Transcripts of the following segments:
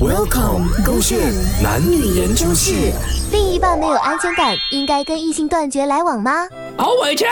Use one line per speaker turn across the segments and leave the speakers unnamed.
Welcome，勾线男女研究室。
另一半没有安全感，应该跟异性断绝来往吗？
侯伟全，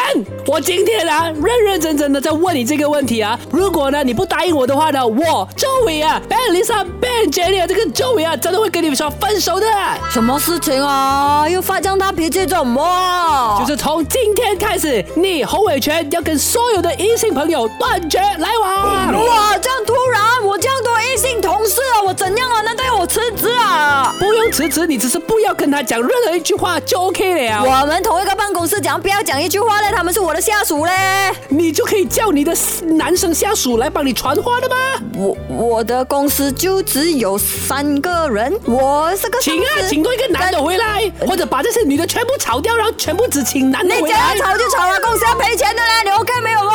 我今天啊认认真真的在问你这个问题啊。如果呢你不答应我的话呢，我周伟啊，Ben Lisa Ben Jenny 啊，这个周伟啊，真的会跟你们说分手的。
什么事情啊？又发这大脾气怎么？啊
就是从今天开始，你侯伟全要跟所有的异性朋友断绝来往。
哇，这样突然，我这样多异性同事啊，我怎样啊？难道要我辞职啊？
不用辞职，你只是不要跟他讲任何一句话就 OK 了。
我们同一个办公室，讲不要讲一句话嘞，他们是我的下属嘞。
你就可以叫你的男生下属来帮你传话的吗？
我我的公司就只有三个人，我是个上司
请啊，请多一个男的回来，或者把这些女的全部炒掉，然后全部只请男的
你
回
这
来
样。吵就吵了，公司要赔钱的嘞，你 OK 没有哦？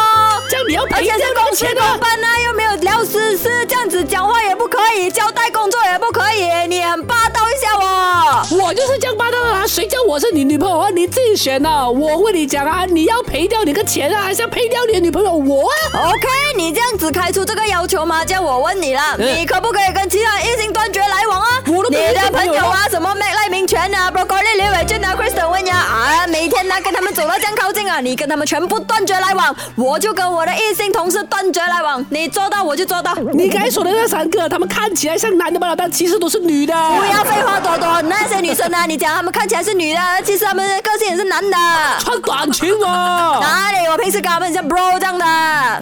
这样你要
而
赔
且
这
是
个
公事
钱
公
啊！
办啊，又没有聊私事，这样子讲话也不可以，交代工作也不可以，你很霸道一下哦。
我就是这样霸道的啊！谁叫我是你女朋友啊？你自己选的、我问你讲啊，你要赔掉你个钱啊，还是要赔掉你的女朋友我啊？
OK，你这样子开出这个要求吗？这样我问你啦，
嗯
你可不可以跟其他异性断绝来往啊？
我都
你
没有
的
朋
朋
友啊
友啊，什么麦赖明权啊、Broccoli 李伟俊啊、Kristen 温呀啊，每天呢、跟他们走到这样靠近啊，你跟他们全部断绝来往，我就跟我的异性同事断绝来往，你做到我就做到。
你刚才说的那三个，他们看起来像男的吧，但其实都是女的。
不要废话多多，那些女生呢、你讲她们看起来是女的，其实她们的个性也是男的。
穿短裙哦。
哪里？我平时跟她们像 bro 这样的，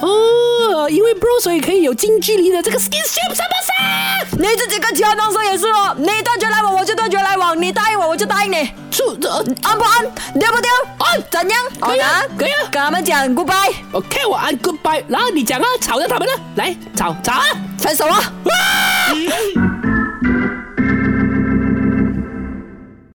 哦，因为 bro 所以可以有近距离的这个 skinship 是不是？
你自己跟其他男生也是哦，你断绝来往我就断绝来往，你答应我我就答应你。
就呃
安不安？丢不丢？哦
安
怎样？
可以啊
好的
可以啊
跟他们讲 goodbye，
，OK，我按 goodbye，然后你讲啊，吵掉他们了，来吵吵啊！
分手啊！